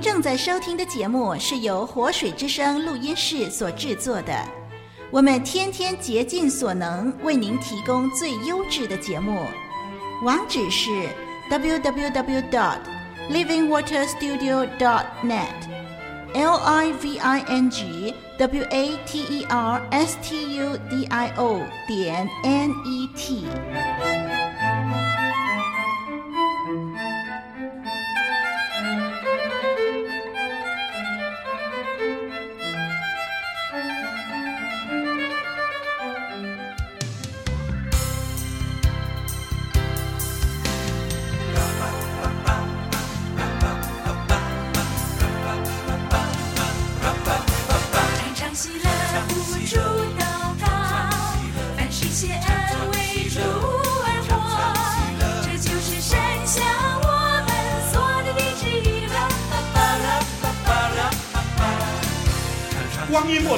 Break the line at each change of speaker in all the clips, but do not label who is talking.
正在收听的节目是由活水之声录音室所制作的，我们天天竭尽所能为您提供最优质的节目。网址是 www dot livingwaterstudio dot net l i v i n g w a t e r s t u d i o 点 n e t。
常常喜乐无助祷告，凡事先安慰如而活，这就是神向我们所立的旨意。
光阴莫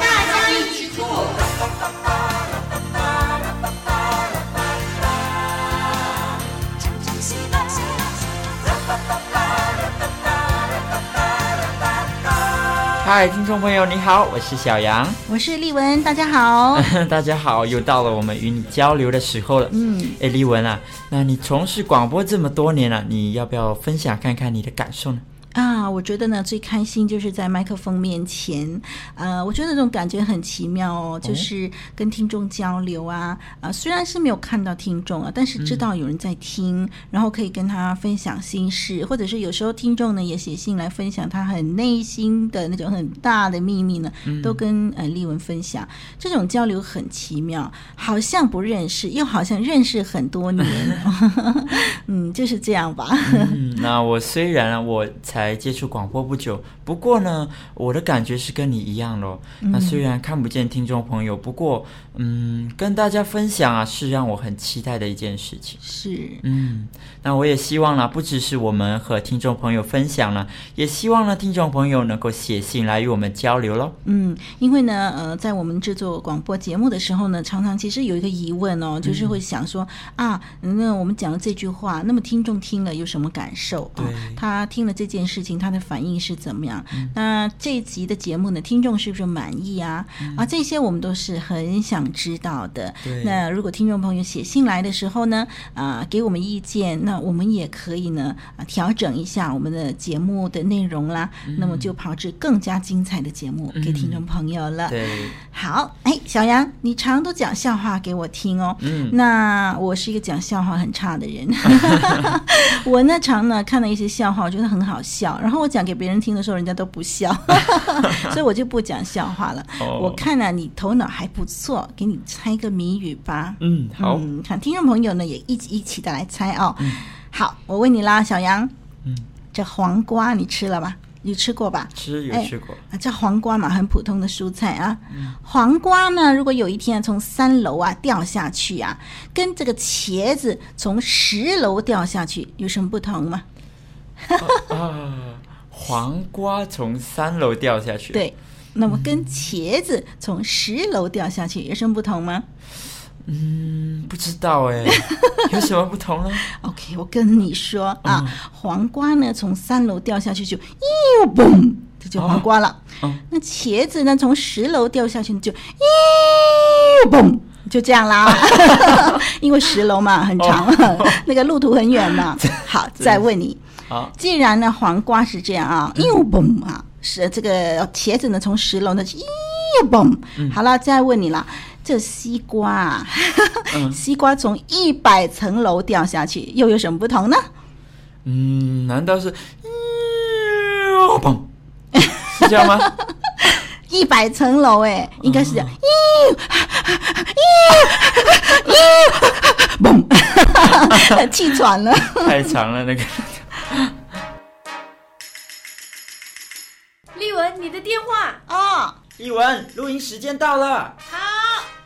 大家一起酷。
常常喜乐，
嗨，听众朋友，你好，我是小杨。
我是丽文，大家好。
大家好，又到了我们与你交流的时候了。嗯，哎，丽文啊，那你从事广播这么多年了、你要不要分享看看你的感受呢？
啊，我觉得呢，最开心就是在麦克风面前，呃，我觉得那种感觉很奇妙哦，就是跟听众交流啊，啊、虽然是没有看到听众啊，但是知道有人在听，然后可以跟他分享心事，或者是有时候听众呢也写信来分享他很内心的那种很大的秘密呢，都跟呃丽文分享，这种交流很奇妙，好像不认识，又好像认识很多年，嗯，就是这样吧。
嗯，那我虽然啊我才接触广播不久，不过呢，我的感觉是跟你一样咯。那虽然看不见听众朋友，不过嗯，跟大家分享啊，是让我很期待的一件事情。
是，
嗯，那我也希望呢，不只是我们和听众朋友分享呢，也希望呢，听众朋友能够写信来与我们交流喽。
嗯，因为呢，呃，在我们制作广播节目的时候呢，常常其实有一个疑问
嗯
哦，就是会想说、啊，那我们讲了这句话，那么听众听了有什么感受啊、
对嗯
他听了这件事情，他的反应是怎么样？那这一集的节目呢，听众是不是满意啊？啊，这些我们都是很想知道的。
嗯对
那如果听众朋友写信来的时候呢，啊、给我们意见，那我们也可以呢，啊，调整一下我们的节目的内容啦，
嗯
那么就炮制更加精彩的节目给听众朋友了。
对，
好，哎，小杨，你常都讲笑话给我听哦。
嗯
那我是一个讲笑话很差的 人， 我呢常呢看到一些笑话，我觉得很好笑，然后我讲给别人听的时候，人家都不 笑，所以我就不讲笑话了。
哦
我看呢、你头脑还不错，给你猜个谜语吧。
嗯，好，
嗯，看听众朋友呢也一起一起的来猜哦。好，我问你啦，小杨，
嗯，
这黄瓜你吃了吧？你吃过吧？
吃
哎
有吃过，
啊，这黄瓜嘛，很普通的蔬菜啊。黄瓜呢，如果有一天从三楼啊掉下去啊，跟这个茄子从十楼掉下去有什么不同吗？
黄瓜从三楼掉下去，，
对，那么跟茄子从十楼掉下去有什么不同吗
嗯，不知道 哎，有什么不同呢？
？OK，我跟你说啊，黄瓜呢从三楼掉下去就又嘣，这就黄瓜了。
嗯，
那茄子呢，从十楼掉下去就，咦，嘣，就这样啦。因为十楼嘛，很长， 那个路途很远嘛。好，再问你，
好，
既然呢黄瓜是这样啊，又嘣啊，是这个茄子呢从十楼呢，咦，嘣。好了，再问你啦，这西瓜，啊，
嗯
西瓜从一百层楼掉下去，又有什么不同呢？
嗯，难道是，嗯哦砰，是这样吗？
一百层楼哎，应该是这样，咦，咦，咦，嘣，气喘了。
太长了那个，
丽文，你的电话
哦，
一文，录音时间到了。
好，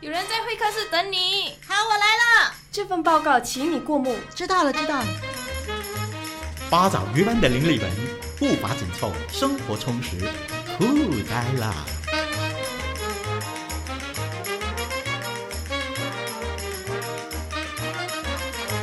有人在会客室等你。
好，我来了，
这份报告请你过目。
知道了，知道了。
八爪鱼般的林立文，步伐紧凑，生活充实，酷呆了。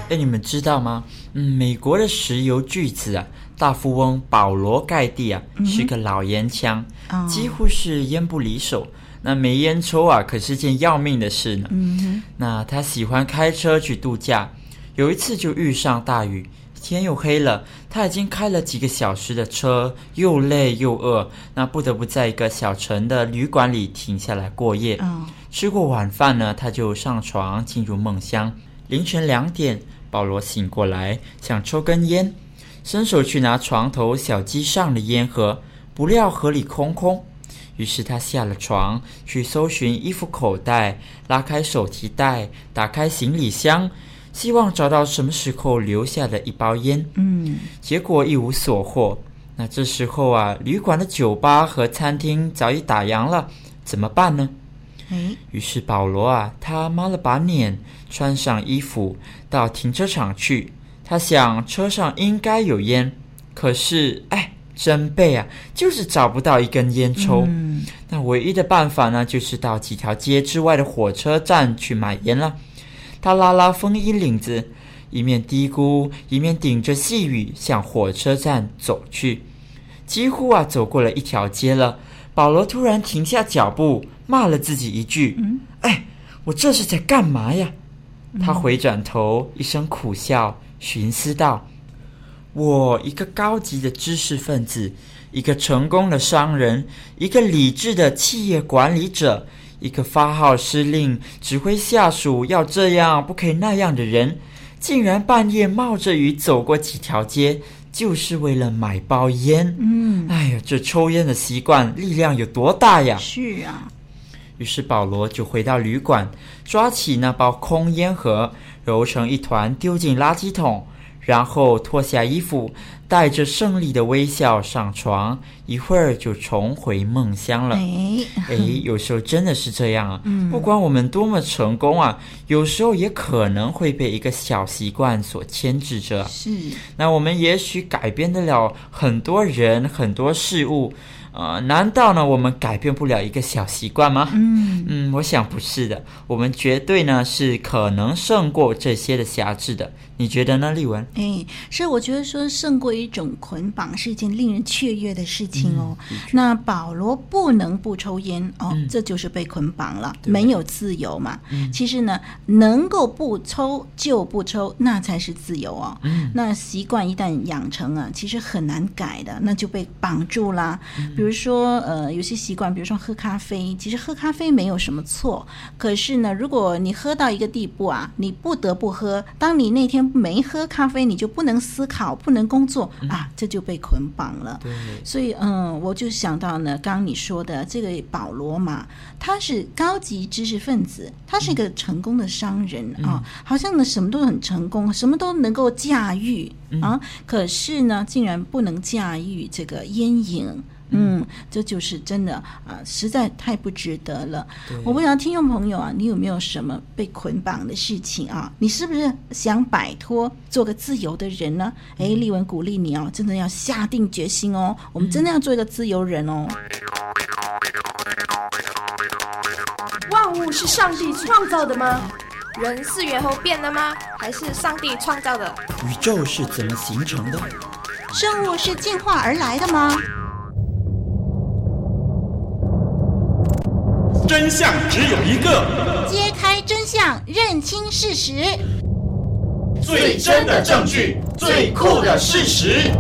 哎，你们知道吗？嗯，美国的石油巨子啊，大富翁保罗·盖蒂啊，是个老烟枪，
嗯哦
几乎是烟不离手。那没烟抽啊，可是件要命的事呢。
嗯
那他喜欢开车去度假，有一次就遇上大雨，天又黑了，他已经开了几个小时的车，又累又饿，那不得不在一个小城的旅馆里停下来过夜。
哼，哦，
吃过晚饭呢，他就上床进入梦乡。凌晨两点，保罗醒过来，想抽根烟，伸手去拿床头小鸡上的烟盒，不料盒里空空。于是他下了床，去搜寻衣服口袋，拉开手提袋，打开行李箱，希望找到什么时候留下的一包烟。
嗯，
结果一无所获。那这时候啊，旅馆的酒吧和餐厅早已打烊了，怎么办呢？
哎，
于是保罗啊，他抹了把脸，穿上衣服，到停车场去。他想车上应该有烟，可是哎，真背啊，就是找不到一根烟抽。
嗯
那唯一的办法呢，就是到几条街之外的火车站去买烟了。他拉拉风衣领子，一面嘀咕，一面顶着细雨向火车站走去。几乎啊，走过了一条街了，保罗突然停下脚步，骂了自己一句：“
嗯
哎，我这是在干嘛呀？”他回转头，一声苦笑，寻思道：“我一个高级的知识分子，一个成功的商人，一个理智的企业管理者，一个发号施令、指挥下属要这样不可以那样的人，竟然半夜冒着雨走过几条街，就是为了买包烟。
嗯，
哎呀，这抽烟的习惯力量有多大呀！
是啊，
于是保罗就回到旅馆，抓起那包空烟盒，揉成一团丢进垃圾桶，然后脱下衣服，带着胜利的微笑上床，一会儿就重回梦乡了。
哎，
诶，有时候真的是这样啊。不管我们多么成功啊，有时候也可能会被一个小习惯所牵制着啊。
是，
那我们也许改变得了很多人、很多事物，呃，难道呢我们改变不了一个小习惯吗？
嗯
嗯，我想不是的，我们绝对呢是可能胜过这些的瑕疵的。你觉得呢，丽文？
哎，是我觉得说胜过一种捆绑是一件令人雀跃的事情哦。那保罗不能不抽烟哦，这就是被捆绑了，没有自由嘛。其实呢，能够不抽就不抽，那才是自由哦。那习惯一旦养成啊，其实很难改的，那就被绑住啦。比如说呃，有些习惯，比如说喝咖啡，其实喝咖啡没有什么错，可是呢，如果你喝到一个地步啊，你不得不喝，当你那天没喝咖啡，你就不能思考，不能工作啊，这就被捆绑了。
对，
所以，嗯，我就想到呢，刚刚你说的这个保罗嘛，他是高级知识分子，他是一个成功的商人啊、好像呢什么都很成功，什么都能够驾驭啊，可是呢，竟然不能驾驭这个烟瘾。嗯，这就是真的啊，实在太不值得了。我不知道听众朋友啊，你有没有什么被捆绑的事情啊？你是不是想摆脱，做个自由的人呢？哎，丽文鼓励你哦，真的要下定决心哦，我们真的要做一个自由人哦。
万物是上帝创造的吗？人是猿猴变的吗？还是上帝创造的？
宇宙是怎么形成的？
生物是进化而来的吗？
真相只有一个，
揭开真相，认清事实。
最真的证据，最酷的事实。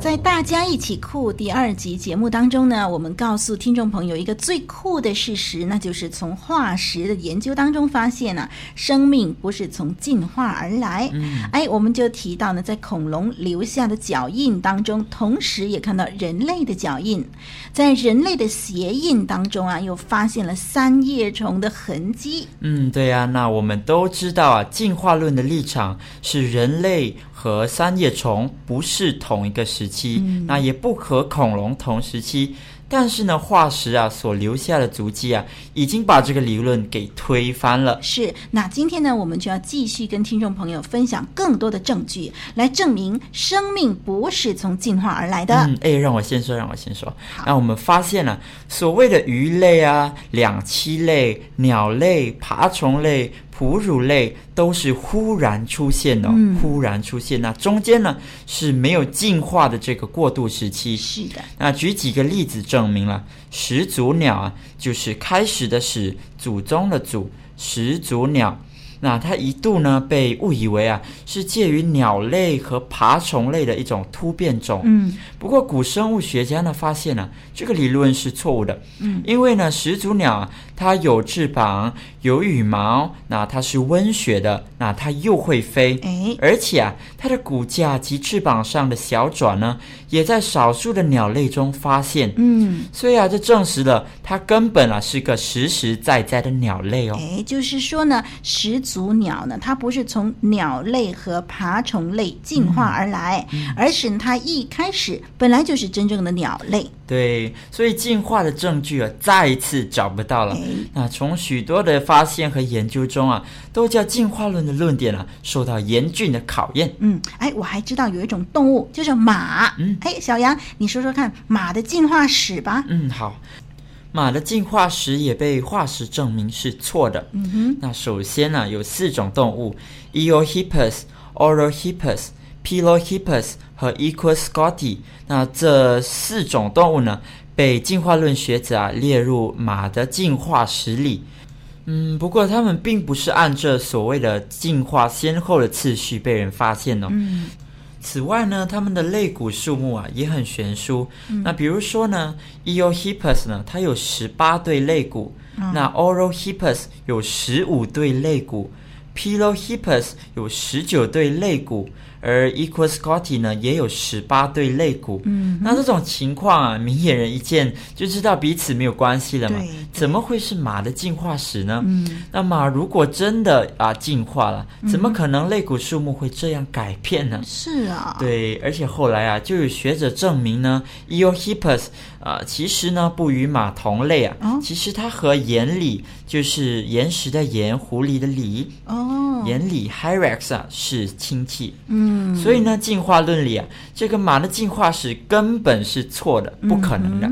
在大家一起酷第二集节目当中呢，我们告诉听众朋友一个最酷的事实，那就是从化石的研究当中发现呢、生命不是从进化而来。哎，我们就提到呢，在恐龙留下的脚印当中，同时也看到人类的脚印，在人类的鞋印当中啊，又发现了三叶虫的痕迹。
嗯，对呀、那我们都知道啊，进化论的立场是人类和三叶虫不是同一个时期，那也不和恐龙同时期。但是呢，化石啊所留下的足迹啊，已经把这个理论给推翻了。
是，那今天呢，我们就要继续跟听众朋友分享更多的证据，来证明生命不是从进化而来的。
嗯，哎，让我先说，让我先说。那我们发现了、所谓的鱼类啊、两栖类、鸟类、爬虫类、哺乳类都是忽然出现的哦、
嗯
忽然出现。那中间呢是没有进化的这个过渡时期。
是的，
那举几个例子证明了，始祖鸟啊，就是开始的始，祖宗的祖，始祖鸟。那它一度呢被误以为啊是介于鸟类和爬虫类的一种突变种。
嗯
不过，古生物学家呢发现呢、这个理论是错误的。
嗯，
因为呢，始祖鸟啊它有翅膀，有羽毛，那它是温血的，那它又会飞。
哎
而且啊，它的骨架及翅膀上的小爪呢，也在少数的鸟类中发现。
嗯，
所以啊，这证实了它根本啊是个实实在在的鸟类哦。
哎，就是说呢，始祖鸟呢，它不是从鸟类和爬虫类进化
嗯
而来，而是它一开始本来就是真正的鸟类。
对，所以进化的证据啊，再一次找不到了
哎。
那从许多的发现和研究中啊，都叫进化论的论点啊，受到严峻的考验。
嗯，哎，我还知道有一种动物就是马。
嗯
哎，小杨，你说说看马的进化史吧。
嗯，好，马的进化史也被化石证明是错的。
嗯哼，
那首先呢、有四种动物：Eohippus、Orohippus、Pilohippus 和 Equus-scotti。那这四种动物呢，被进化论学者啊列入马的进化史里。嗯，不过它们并不是按这所谓的进化先后的次序被人发现哦。
嗯
此外呢，它们的肋骨数目啊也很悬殊。
嗯
那比如说呢，Eohippus 呢，它有十八对肋骨；
嗯
那 Orohippus 有十五对肋骨，Pilohippus 有十九对肋骨，而 Equuscotti 呢也有十八对肋骨。
嗯哼，
那这种情况啊，明眼人一见就知道彼此没有关系了嘛
对对？
怎么会是马的进化史呢？
嗯
那马如果真的啊进化了，怎么可能肋骨数目会这样改变呢？
是啊，，
对，而且后来啊，就有学者证明呢，Eohippus 啊、呃其实呢不与马同类啊，
哦
其实它和岩里就是岩石的岩，狐狸的狸，
哦，
岩里 Hyrax 啊是亲戚。
嗯，
所以呢，进化论里啊，这个马的进化史根本是错的，不可能
嗯
的。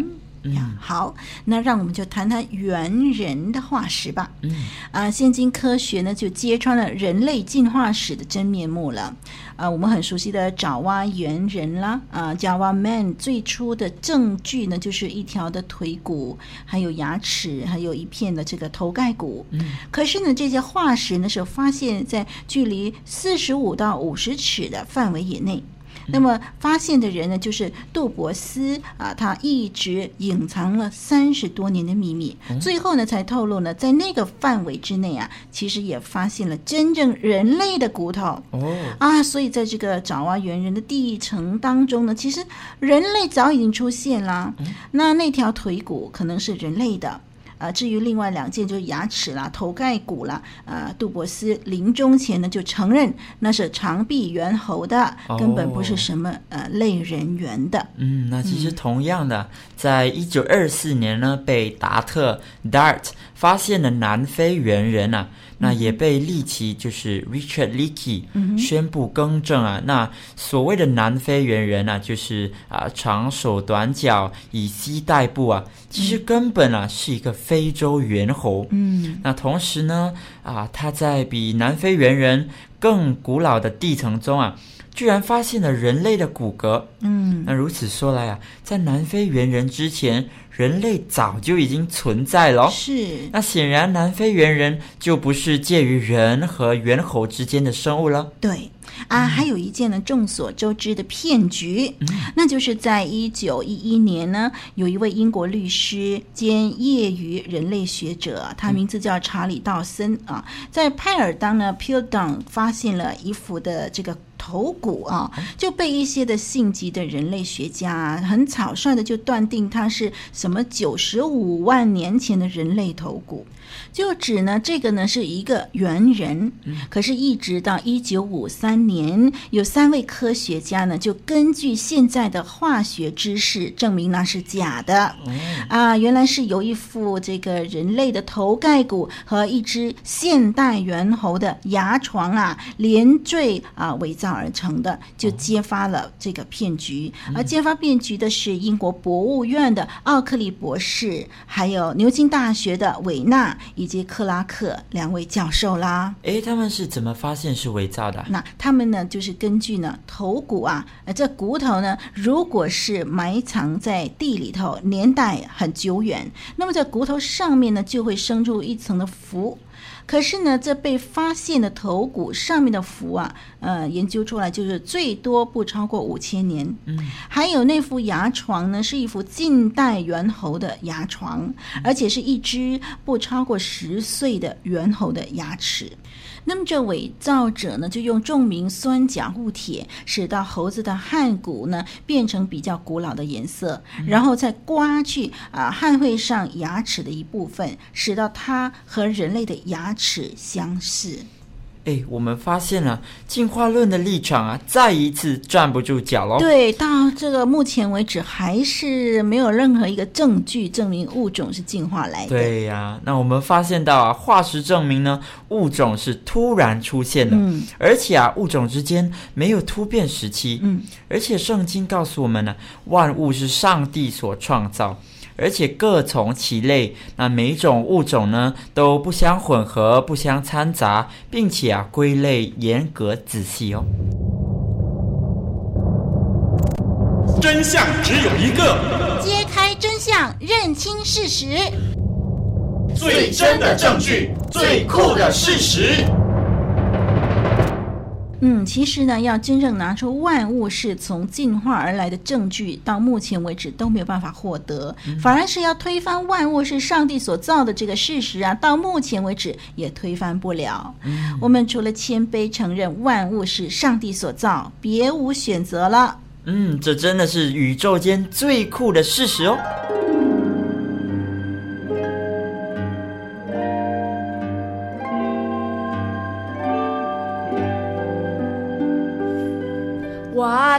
呀，好，那让我们就谈谈猿人的化石吧。
嗯，
啊，现今科学呢就揭穿了人类进化史的真面目了。啊，我们很熟悉的爪哇猿人啦，啊，Java Man 最初的证据呢就是一条的腿骨，还有牙齿，还有一片的这个头盖骨。嗯，可是呢，这些化石呢是发现在距离四十五到五十尺的范围以内。那么发现的人呢，就是杜伯斯啊，他一直隐藏了三十多年的秘密，最后呢才透露呢，在那个范围之内啊，其实也发现了真正人类的骨头。
哦，
啊，所以在这个爪哇猿人的地层当中呢，其实人类早已经出现啦。那那条腿骨可能是人类的。啊，至于另外两件就是牙齿啦、头盖骨啦，啊，杜博斯临终前呢就承认那是长臂猿猴的，根本不是
哦
什么呃类人猿的。
嗯，那其实同样的，在一九二四年呢，被达特 Dart 发现的南非猿人啊，那也被利奇就是 Richard Leakey 宣布更正啊。那所谓的南非猿人啊，就是啊长手短脚，以膝代步啊，其实根本啊是一个非洲猿猴。
嗯，
那同时呢，啊，他在比南非猿人更古老的地层中啊，居然发现了人类的骨骼。
嗯，
那如此说来啊，在南非猿人之前，人类早就已经存在了哦。
是，
那显然，南非猿人就不是介于人和猿猴之间的生物了。
对啊，还有一件呢，众所周知的骗局，那就是在一九一一年呢，有一位英国律师兼业余人类学者，他名字叫查理·道森啊，在派尔当呢 p i l d o n 发现了一幅的这个。头骨啊，就被一些的性急的人类学家、啊、很草率的就断定它是什么九十五万年前的人类头骨，就指呢这个呢是一个猿人，可是，一直到一九五三年，有三位科学家呢，就根据现在的化学知识证明那是假的。啊，原来是由一副这个人类的头盖骨和一只现代猿猴的牙床啊连缀啊伪造造而成的，就揭发了这个骗局。而揭发骗局的是英国博物院的奥克利博士，还有牛津大学的韦纳以及克拉克两位教授啦。
诶，他们是怎么发现是伪造的啊？
那他们呢，就是根据呢头骨啊，呃，这骨头呢，如果是埋藏在地里头，年代很久远，那么在骨头上面呢，就会生出一层的氟。可是呢，这被发现的头骨上面的氟啊，呃，研究出来就是最多不超过五千年。嗯，还有那副牙床呢，是一副近代猿猴的牙床，而且是一只不超过十岁的猿猴的牙齿。那么这伪造者呢，就用重明酸钾固铁，使到猴子的汗骨呢变成比较古老的颜色，然后再刮去啊、汗会上牙齿的一部分，使到它和人类的牙齿相似。
诶，我们发现了进化论的立场啊，再一次站不住脚哦喽。
对，到这个目前为止还是没有任何一个证据证明物种是进化来的。
对呀、那我们发现到啊，化石证明呢，物种是突然出现的，
嗯
而且啊，物种之间没有突变时期，
嗯，
而且圣经告诉我们呢，万物是上帝所创造，而且各从其类，那每一种物种呢都不相混合、不相掺杂，并且啊归类严格仔细哦。
真相只有一个，
揭开真相，认清事实。
最真的证据，最酷的事实。
嗯，其实呢，要真正拿出万物是从进化而来的证据，到目前为止都没有办法获得，反而是要推翻万物是上帝所造的这个事实啊，到目前为止也推翻不了。我们除了谦卑承认万物是上帝所造，别无选择了。
嗯，这真的是宇宙间最酷的事实哦。
哇，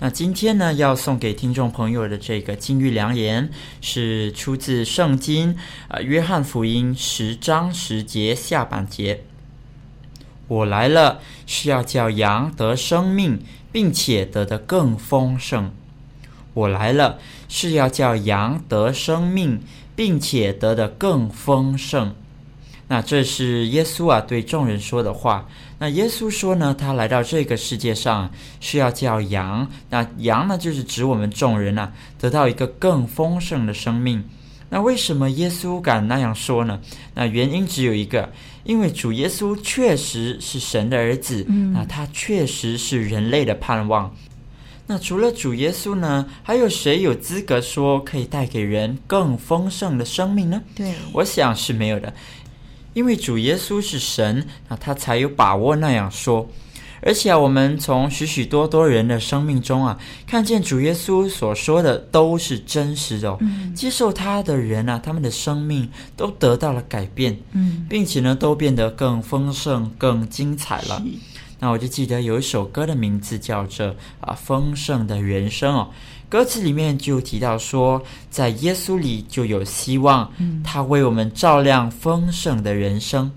那今天呢，要送给听众朋友的这个金玉良言，是出自圣经呃约翰福音十章十节下半节。我来了，是要叫羊得生命，并且得的更丰盛。我来了，是要叫羊得生命，并且得的更丰盛。那这是耶稣啊对众人说的话。那耶稣说呢，他来到这个世界上是要叫羊，那羊呢就是指我们众人啊，得到一个更丰盛的生命。那为什么耶稣敢那样说呢？那原因只有一个，因为主耶稣确实是神的儿子，那他确实是人类的盼望。那除了主耶稣呢，还有谁有资格说可以带给人更丰盛的生命呢？
对
我想是没有的，因为主耶稣是神，那他才有把握那样说。而且啊，我们从许许多多人的生命中啊，看见主耶稣所说的都是真实的、哦。接受他的人啊，他们的生命都得到了改变，
嗯，
并且呢，都变得更丰盛、更精彩了。那我就记得有一首歌的名字叫着啊丰盛的人生哦，歌词里面就提到说，在耶稣里就有希望，
嗯
他为我们照亮丰盛的人生。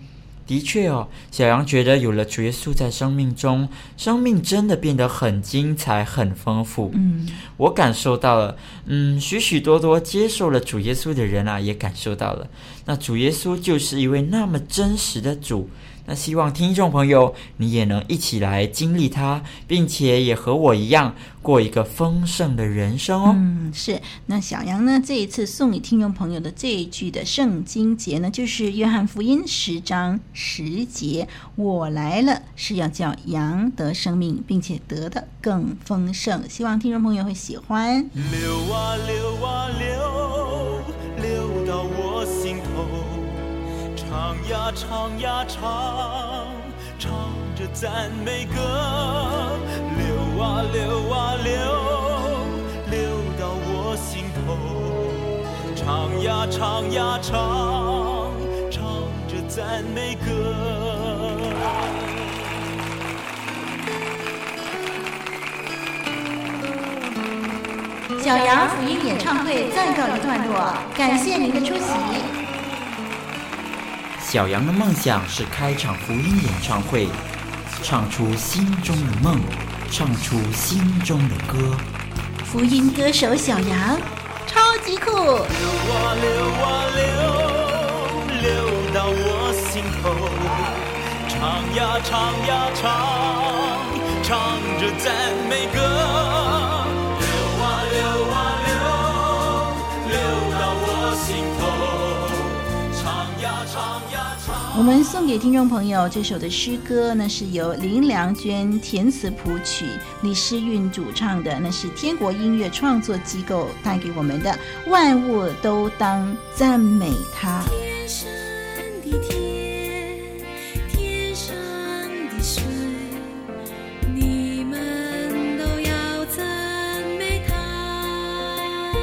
的确哦，小杨觉得有了主耶稣在生命中，生命真的变得很精彩、很丰富。
嗯，
我感受到了，嗯，许许多多接受了主耶稣的人啊，也感受到了。那主耶稣就是一位那么真实的主。那希望听众朋友你也能一起来经历他，并且也和我一样过一个丰盛的人生哦。
嗯，是。那小杨呢？这一次送给听众朋友的这一句的圣经节呢，就是约翰福音十章十节：“我来了，是要叫羊得生命，并且得的更丰盛。”希望听众朋友会喜欢。
流啊流啊流，流到我心头。唱呀唱呀唱，唱着赞美歌。流啊流啊流，流到我心头。唱呀唱呀唱，赞美歌。
小羊福音演唱会暂告一段落，感谢您的出席。
小羊的梦想是开场福音演唱会，唱出心中的梦，唱出心中的歌。
福音歌手小羊，超级酷！
流啊流啊流，流到我心头。唱呀唱呀唱，唱着赞美歌。流啊流啊流，流到我心头。唱呀唱呀唱。
我们送给听众朋友这首的诗歌呢，是由林良娟填词谱曲，李诗韵主唱的，那是天国音乐创作机构带给我们的《万物都当赞美他》。
天上的天，天上的水，你们都要赞美他。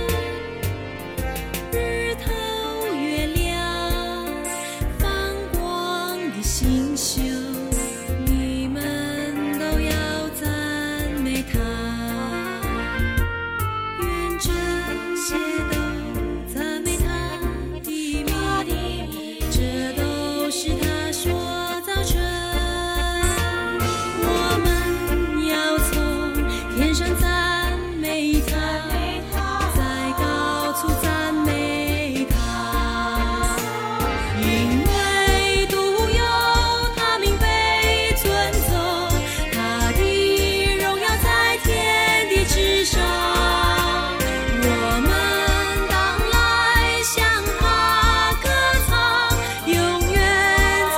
日头、月亮，放光的星宿，你们都要赞美他。愿这些都赞美他的名，这都是他说造成。我们要从天上赞美他，在高处赞美他，因为独有他名被尊崇，他的荣耀在天地之上。我们当来向他歌唱，永远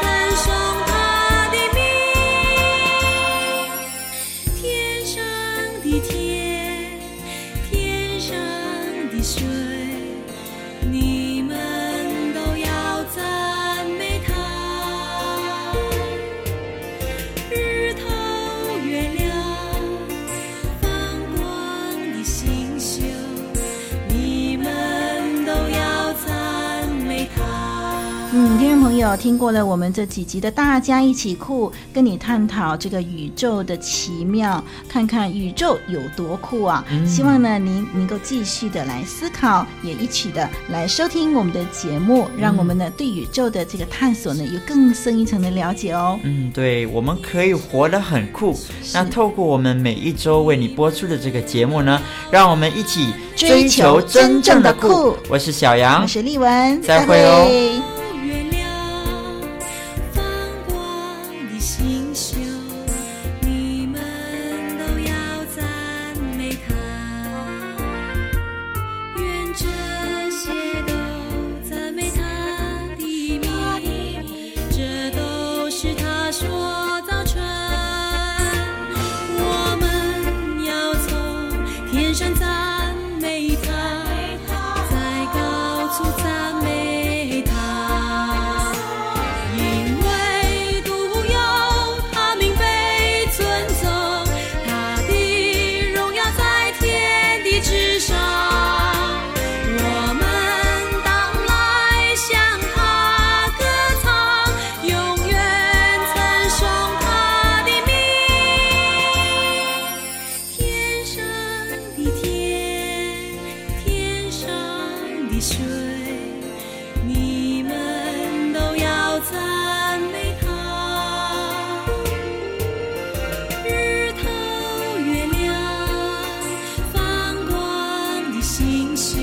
赞颂他的名。天上的天，天上的水，你们都要赞美他。日头、月亮。放光的星宿，你们都要赞美他。
嗯，听众朋友，听过了我们这几集的大家一起酷，跟你探讨这个宇宙的奇妙，看看宇宙有多酷啊！
嗯
希望呢您能够继续的来思考，也一起的来收听我们的节目，让我们呢对宇宙的这个探索呢有更深一层的了解哦。
嗯，对，我们可以活得很酷。那透过我们每一周为你播出的这个节目呢，让我们一起
追求
求真正
真正的
的
酷
我是小
我
羊，
是丽文，
再会哦
会
月亮，放光的星宿，你们都要赞美他。愿这些都赞美他的名，这都是他说造成。我们要从天上赞美他，在高处赞美他，因为独有他名被尊崇，他的荣耀在天地之上。我们当来向他歌唱，永远赞颂他的名。天上的天，天上的水，你们都要赞美他。日头、月亮，放光的星宿，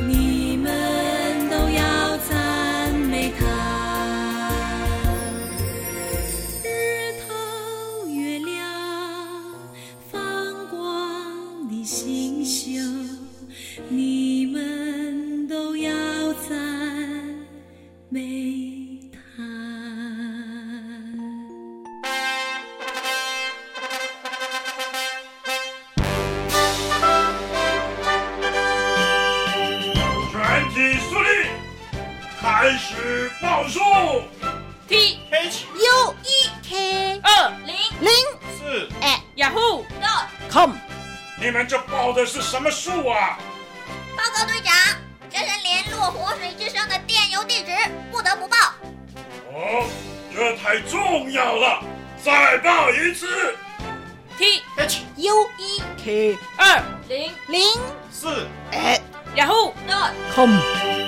你们都要赞美他。日头、月亮，放光的星宿，你们都要赞美它。
全体肃立，开始报数。
T
H
U
哦
E K 二零零
四，
at yahoo dot。
你们这报的是什么数啊？
报告队长，这是联络活水之声的电邮地址，不得不报。
哦，这太重要了，再报一次。
T
U E K
二零
零
然后 dot
com。